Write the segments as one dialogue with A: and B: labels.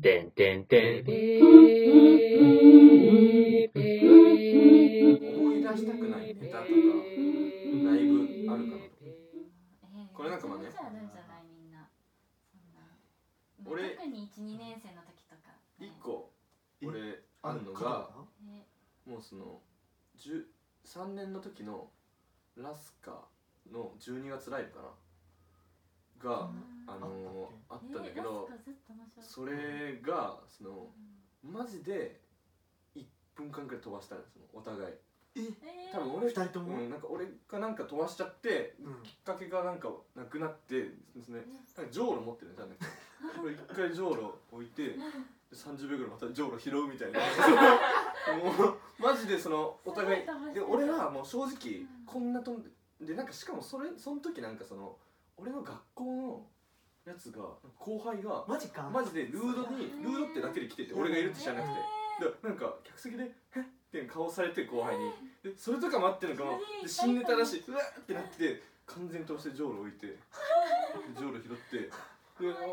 A: てんてんてん。
B: 思い出したくないネタとかライブあるかなこれなんかまあね
C: じゃないじゃないみんなそんなまあ
B: 俺
C: 特に一二年生の時とか
B: 一個俺あるのが
C: ね
B: もうその3年の時のラスカの12月ライブかなが
C: あ
B: あのあっ
C: ね
B: たんだけど
C: ラスカずっと面白い
B: それがその
C: うん
B: マジで1分間くらい飛ばしたんですよお互い
C: えー
B: 多分
C: うん
B: 俺
D: 二人とも
B: うん、なんか俺がなんか飛ばしちゃって
D: うん
B: きっかけがなんかなくなってですねなんかジョウロ持ってるじゃんなんか俺一回ジョウロ置いてで30秒ぐらいまたジョウロ拾うみたいなもうマジでそのお互い
C: すごい楽しい
B: で俺はもう正直
C: うん
B: こんなとんででなんかしかもそれその時なんかその俺の学校のやつが後輩が
D: マジか
B: マジでルードにルードってだけで来てて俺がいるって知らなくてでなんか客席で「えっ?」て顔されて後輩にでそれとか待ってるのかもで新ネタだしうわーってなってて完全に通してジョール置いてでジョール拾ってで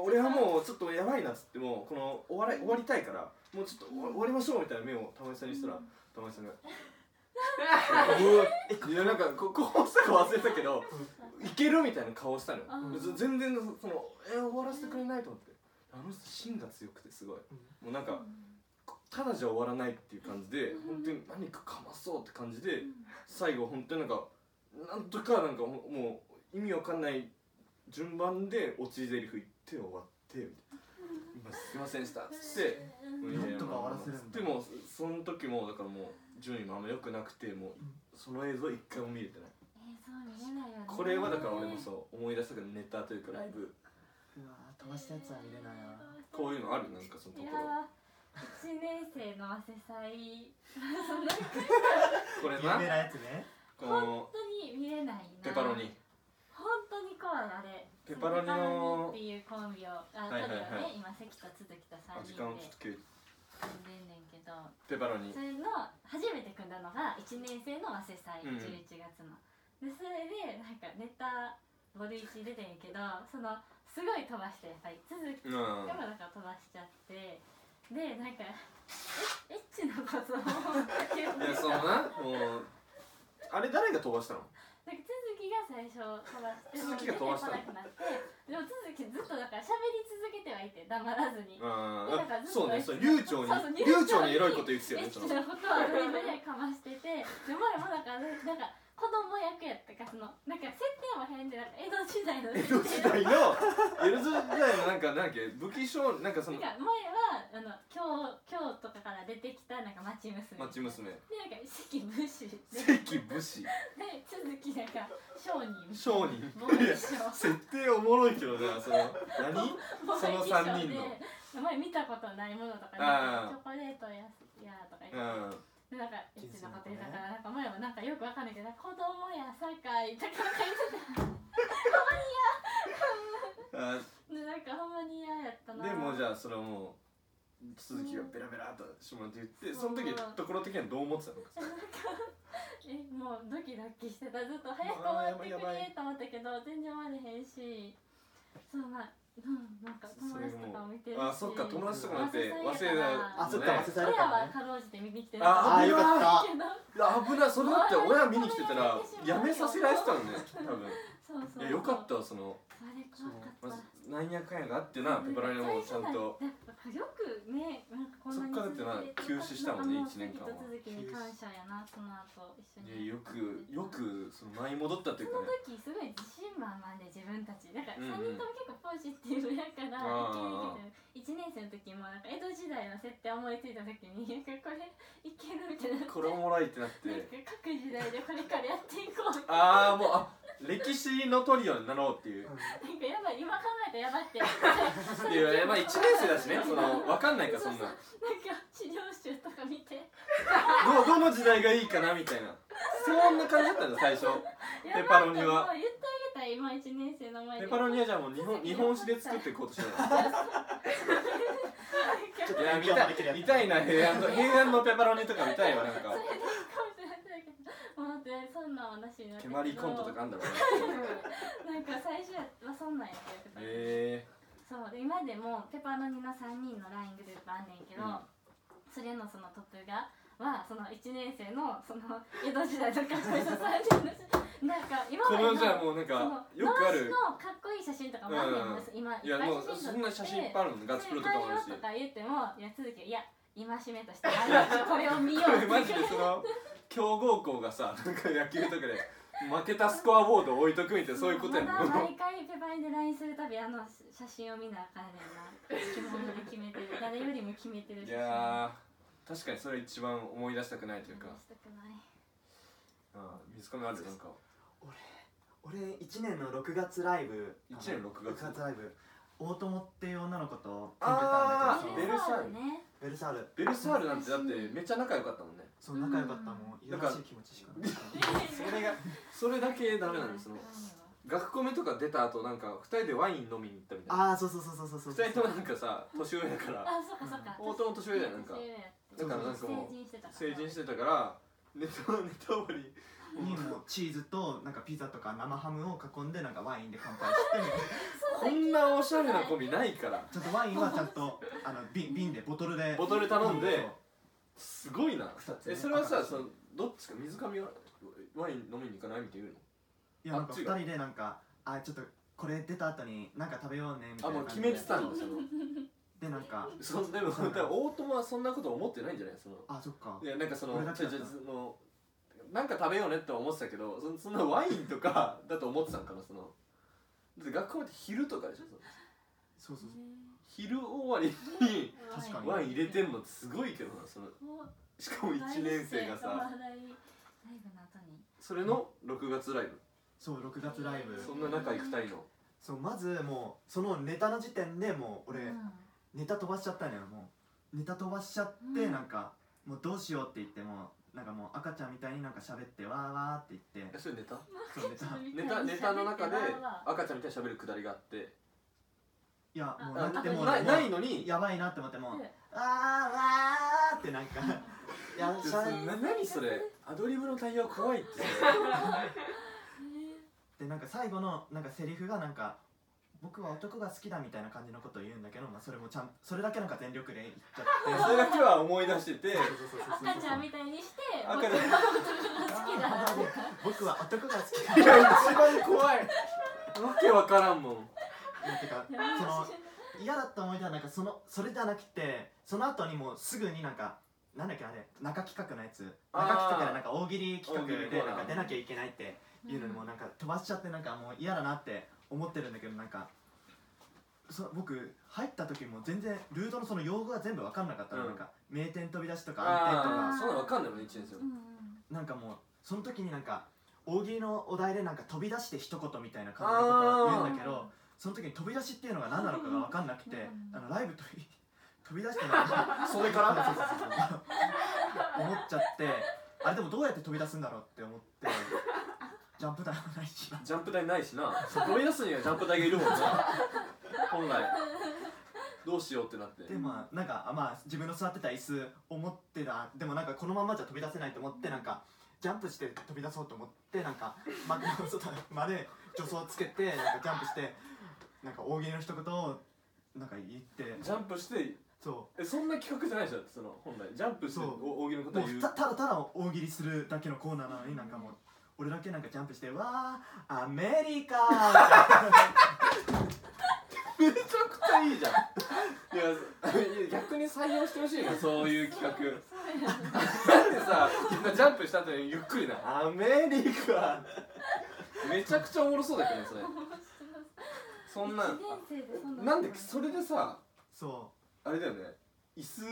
B: 俺はもうちょっとやばいなっつってもうこの終わら終わりたいからもうちょっと終わ終わりましょうみたいな目を玉井さんにしたら玉井 さんが
D: うわえ
B: いやなんかこ こうしたか忘れたけどいけるみたいな顔したのよ
C: あー
B: ず全然そのえ終わらせてくれないと思ってあの人芯が強くてすごいもうなんかただじゃ終わらないっていう感じで
C: うん
B: 本当に何かかまそうって感じ
C: う
B: で
C: ん
B: 最後本当になんかなんとかなんかもうもう意味わかんない順番で落ち台詞言って終わってみたいな今すいませんでしたっつって
C: うん
D: んなんとか終わらせるんだ
B: でもその時もだからもう順位もあんま良くなくてもう
D: うん
B: その映像一回も見れてない
C: えーそう見えないよね
B: これはだから俺もそう思い出したけどネタというかライブ
D: うわ飛ばしたやつは見れないな
B: こういうのあるなんかそのと
C: い
B: こ
C: や
B: ろ
C: ー一年生の汗祭
B: これ
D: 有名な
B: な
D: やつね
B: この
C: 本当に見れないな
B: ペパロニ
C: 本当に怖いあれ
B: ペパロニの
C: ペパロニっていうコンビをあ、
B: はいはいはい
C: トリオね今関と都築と
B: あ
C: 3
B: 時
C: 人
B: 間をちょ
C: で
B: っと切れ
C: 組んでんねんけど
B: ペパロニ
C: それの初めて組んだのが1年生の早稲祭
B: うん
C: 11月の、でそれでなんかネタボル1出てんけどそのすごい飛ばしてやっぱり都築
B: うん
C: でもなんか飛ばしちゃってでなんかえエッチのことを言
B: い
C: う
B: やそのなもうあれ誰が飛ばしたの
C: なんか続きが最初飛ばして
B: 続きが飛ばした
C: 出てこなくなってでも続きずっとだから喋り続けてはいて黙らず
B: う
C: にい
B: ん
C: やだからずっ
B: そ
C: と
B: うねそう流暢に
C: そうそう流暢
B: 流暢に
C: に
B: エロいこと言ってたよ
C: エッ
B: ねそ
C: チ
B: の
C: なことはドリブでかましててで前もなんかなんか子供役やったかそのなんか設定も変でなんか江戸時代の
B: 江戸時代の江戸時代のなんかなんだっけ武器商なんかそ
C: な
B: の
C: んか前はあの京京とかから出てきたなんか町娘
B: 町娘
C: でなんか関武士で
B: 関武士
C: で続きなんか商人
B: 商人
C: 貿易商
B: 設定おもろいけどなその何その三人の
C: 貿易商で前見たことないものとか
B: ああ
C: なんかチョコレートややとか言って
B: うん
C: でなんかエッチなこと言ってたからなんか前もなんかよくわかんないけど子供や酒井とかなんか言っ
B: あ
C: てたでなんかほんまに嫌やったな
B: でもうじゃあそれはもう鈴木がベラベラっとしてもらって言ってその時ところ的にはどう思ってたの
C: なんか えもうドキドキしてたずっと早く終わってくれと思ったけど全然終われへんしそうまあうんなんか友達とかも見てるし
B: あそっか友達とかなんて
C: 忘れ
B: 忘
C: た
B: れない
C: やから
D: あそっか忘れた
C: 親は
D: らね
C: かろうじて見に来て
D: ああ
B: あ
C: たけ
D: よ
C: ど
D: かった
B: いや危ないそれだって親見に来てたらやめさせられてたんだよ多分
C: そうそ
B: い
C: う
B: やよかったわその
C: あれ
B: その
C: 怖
B: ま
C: かった
B: ずなんやかんやがあってなペパラニもちゃんと
C: やっぱよくねなんかこんな
B: そっ
C: に
B: からってな休止したもんね一年間は
C: は続きに感謝やなその後一緒
B: い
C: に
B: やよくよくその舞い戻ったというかね
C: その時すごい自信満々で自分たちなんか
B: うんうん
C: 3人とも結構ポジティブやから
B: ああ
C: いけるいける1年生の時もなんか江戸時代の設定思いついた時になんかこれいけるみたいな
B: これおもろいってなっ
C: なん
B: て
C: か各時代でこれからやっていこうって
B: ああもうあ歴史のトリオになろうっていう
C: なんかやばい今考えたらやばいって
B: いやいやまあ1年生だしねその分かんないからそんな
C: なんか資料集とか見て
B: どどの時代がいいかなみたいなそんな感じだったんだ最初
C: やば
B: ペ
C: い
B: パロニは
C: もう言ってあげたい今1年生の前で
B: ペパロニアじゃあもう日本日本史で作っていこうとしてたい
C: ち
B: や見たい見たいな平安の平安のペパロニとか見たいわなんか
C: かもしれないけどもうでそんな話になっ
B: ケ
C: て
B: マリコントとかあんだろうな
C: なんか最初は、まあ、そんなんやってるけど、
B: へえ
C: そそうで今でもペパロニの3人の LINE グループあんねんけど、
B: うん
C: それのそのトップがはその1年生のその江戸時代のかっこいい写真のしなんか今
B: こ
C: まで
B: の
C: の
B: じゃあもうなん
C: そ
B: か
C: の
B: よくあ
C: 回し
B: る
C: のかっこいい写真とかもあんねんもん、今いっ
B: いや
C: ぱい
B: もう
C: 写真
B: そ
C: 撮って
B: んな写真いっぱいあるのガッツプロとかもあるし
C: それ買いよとか言ってもいや続きいや戒めとしてあるこれを見ようっ て
B: マジでその強豪校がさなんか野球とかで負けたスコアボードを置いとくみたいなそういうことやも
C: まだ
B: ん
C: 毎回ペパイで LINE するたびあの写真を見なあかんねんな着物で決めてる誰よりも決めてる
B: い
C: 写真
B: やー確かにそれ一番思い出したくないというか
C: 話したくない
B: あー水上あるなんか
D: 俺1年の6月ライブ
B: 一年の六月
D: 6月ライブ大友っていう女の子と組んで
B: あ
D: たんだ
B: ー
D: けど
B: ベルサール
C: ね
D: ベルサール
B: ベルサールなんてだってめっちゃ仲良かったもんね
D: そう仲良かったもんい
B: な
D: や
B: んから
D: しい気持ちしかなかった
B: それがそれだけダメなのその学校目とか出た後なんか2人でワイン飲みに行ったみたいな
D: ああそうそうそうそうそうそう
B: 2人ともなんかさ年上だから
C: あそうかそうか
B: 大友年上だよなんか
C: 年上やって
B: だからなんかも
C: 成
B: う
C: 人してたから
B: 成人してたからネタネタ終わり
D: にもうチーズとなんかピザとか生ハムを囲んでなんかワインで乾杯して
B: こんなおしゃれなコンビないから
D: ちょっとワインはちゃんとあの瓶瓶でボトルで
B: ボトル頼んで
D: そう
B: すごいな
D: 草津
B: え
D: ね
B: それはさ
D: 赤
B: そのどっちか水上はワイン飲みに行かないみたいな言うの
D: いやなん
B: あ
D: か
B: 違う
D: 2人でなんかあちょっとこれ出た後になんか食べようねみた
B: あ
D: いな
B: もう
D: 感
B: 決
D: じで
B: めてたのその
D: でなんか
B: そんでも多分大友はそんなこと思ってないんじゃないその
D: あそっか
B: いやなんかその
D: 俺だけ
B: 違
D: だっ
B: う
D: た
B: 違うそのなんか食べようねって思ってたけどそそんなワインとか だと思ってたんかなそのだって学校って昼とかでしょその
D: そうそうそう
B: 昼終わりに
D: 確かに
B: ワイン入れてんのってすごいけどなそのしかも1年生がさ
C: ライブの後に
B: それの6月ライ
D: そう6月ライ
B: ブ
D: ブ
B: そんな仲良くたいの
D: そうまずもうそのネタの時点でもう俺
C: うん
D: ネタ飛ばしちゃったのよもうネタ飛ばしちゃって
C: うん
D: なんかもうどうしようって言ってもなんかもう赤ちゃんみたいになんか喋ってわーわーって言って
B: えそれネタ
D: そう ネタ
B: ネタネタの中で
C: あ
B: 赤ちゃんみたいに喋るくだりがあって
D: いやもう
B: あ
D: なくてもう
B: ないない
D: も
B: のに
D: うやばいなって思ってもう
C: うん
D: あーわーって なんかやっ
B: で
D: し
B: そ
D: ゃ
B: れ
D: べ
B: な何それアドリブの対応怖いって
D: でなんか最後のなんかセリフがなんか僕は男が好きだみたいな感じのことを言うんだけど、まあ、それもちゃんそれだけなんか全力で言っちゃって
B: でそれだけは思い出してて
D: そうそうそうそう
C: 赤ちゃんみたいにして
B: 赤ち
C: 僕
B: ゃん
C: の好きだ
D: 僕は男が好きだ
B: いや一番怖いわけわからんもん
D: て かその嫌だった思い出はなんかそのそれじゃなくてその後にもうすぐになんかなんだっけあれ中企画のやつ
B: あ
D: 中
B: ー
D: 企画でなんか大喜利企
B: 大喜利
D: 画
B: コー
D: で
B: ナ
D: な
B: ー
D: んか出なきゃいけないっていうのにもうなんか飛ばしちゃってなんかもう嫌だなって思ってるんだけどなんかそ僕入った時も全然ルートのその用語が全部分かんなかったの、
B: うん
D: なんか名店飛び出しとか暗転と
B: あ
D: か
B: あそんなのわかんないもんね一年生
C: うんうん
D: なんかもうその時になんか大喜利のお題でなんか飛び出して一言みたいな感じのことを言うんだけどその時に飛び出しっていうのが何なのかが分かんなくて
C: うん
D: あのライブ飛び飛び出してなんか
B: それから
D: そうそうそうそう 思っちゃってあれでもどうやって飛び出すんだろうって思ってジャンプ台もないし
B: ジャンプ台ないしな飛び出すにはジャンプ台がいるもんな本来どうしようってなって
D: でまあなんかあまあ自分の座ってた椅子を持ってたでもなんかこのままじゃ飛び出せないと思ってなんかジャンプして飛び出そうと思ってなんか幕の外まで助走をつけてなんかジャンプしてなんか大喜利の一言をなんか言って
B: ジャンプして
D: そ
B: えそんな企画じゃないじゃんその本来ジャンプして
D: そう
B: お大喜利の
D: う
B: こと
D: も
B: を言
D: う
B: う
D: たただただ大喜利するだけのコーナーなのになんかもう俺だけなんかジャンプして「わーアメリカー!
B: めちゃくちゃいいじゃんいや いや逆に採用してほしいなそういう企 画
C: そうやね
B: なんでさジャンプした後にゆっくりな「アメリカ」めちゃくちゃおもろそうだけどねそれそんなん
C: 一年生でそんな
B: なんでそれでさ」
D: そ
B: あれだよね椅子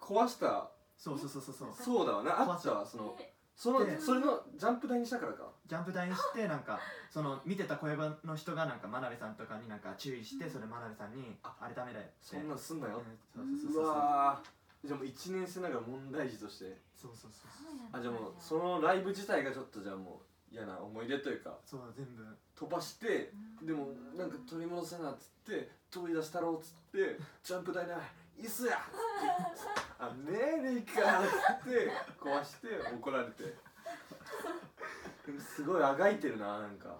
B: 壊した
D: うそうそうそうそうそう
B: そうだわなあったわその
C: え
B: その
D: で
B: それのジャンプ台にしたからか
D: ジャンプ台にしてなんかその見てた小屋の人がなんか真鍋さんとかになんか注意してそれ真鍋さんに「
B: あ
D: あれダメだよ」って
B: そんなんすんな
D: うん
B: よ
D: そう
B: う
D: そう
B: わーじゃあもう1年生ながら問題児として
D: そうそうそうそうそう
C: そうやね
B: あじゃあもうそのライブ自体がちょっとじゃあもう嫌な思い出というか
D: そう全部
B: 飛ばしてでもなんか取り戻せなっつって飛び出したろうっつってジャンプ台ない椅子やっつってアメリカっつって壊して怒られてでもすごいあがいてるななんか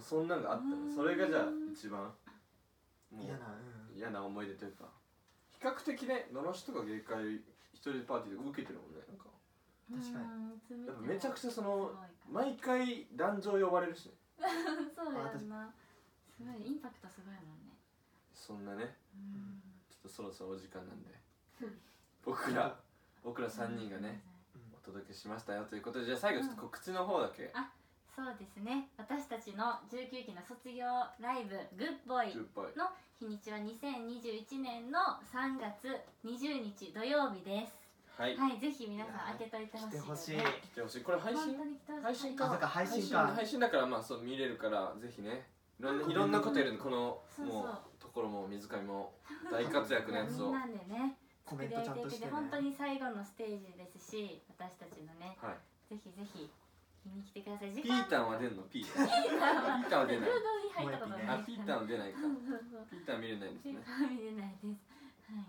B: そんなんがあったねそれがじゃあ一番もう
D: 嫌なうん
B: 嫌な思い出というか比較的ねのろしとか芸会一人でパーティーとか受けてるもんねなんか
D: 確かに
C: に
B: やっぱめちゃくちゃその
C: すごいか
B: 毎回壇上呼ばれるしね
C: らそう
D: あ
C: や
D: 確
C: んなすごいインパクトすごいもんね
B: そんなね
C: うん
B: ちょっとそろそろお時間なんで
C: うん
B: 僕ら僕ら3人がねお届けしましたよということでじゃあ最後ちょっと告知の方だけ、
C: そうですね私たちの19期の卒業ライブ「グッボイ
B: グッバイ」
C: の日にちは2021年の3月20日土曜日です
B: はい、
C: はい、ぜひ皆さ
D: いやー
C: ん開けといてほしい
D: 来てほしい
B: 来てほし
C: ので
B: いこれ配信
C: 本当に来てほ
B: 配
C: しい
B: 信
D: あ
B: か
D: そっか配信か
B: 配信だからまあそう見れるからぜひねいろんな
D: うん
B: いろんなことやるのこの
C: そうそう
B: もうところも水上も大活躍のやつ
C: み
B: を
C: ん
B: はい
C: なでね
D: コメントちゃんとしてね
C: 本当に最後のステージですし私たちのねぜひぜひ見に来てください時
B: ピー
C: 間
B: タンは出んのピータンピ
C: ピータンは
B: ータンは
C: フード
B: 出
C: に
B: ない
C: 入ったことない
B: あピータンは出ないか
C: そうそうそう
B: ピータン見れないです
C: ピ
B: ね
C: ータンは見れないですはい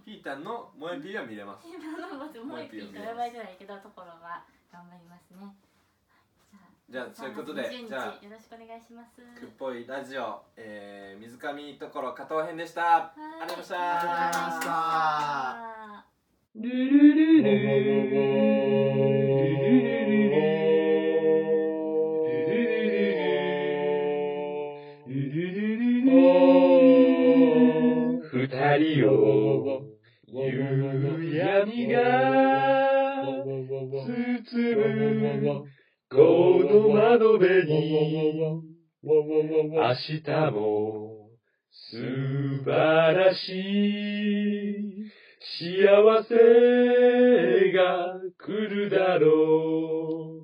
B: ピータンの萌えピーは見れます
C: 今のまずもう一品やばいじゃないけどところは頑張りますねはい
B: じゃあそういうことで
C: 3月20
B: じゃ
C: 日よろしくお願いします
B: くっぽいラジオ、えー、水上ところ加藤編でしたありがとうございました
D: ありがとうございました
C: た
A: もう二人を夕闇が包むこの窓辺に明日も素晴らしい幸せが来るだろう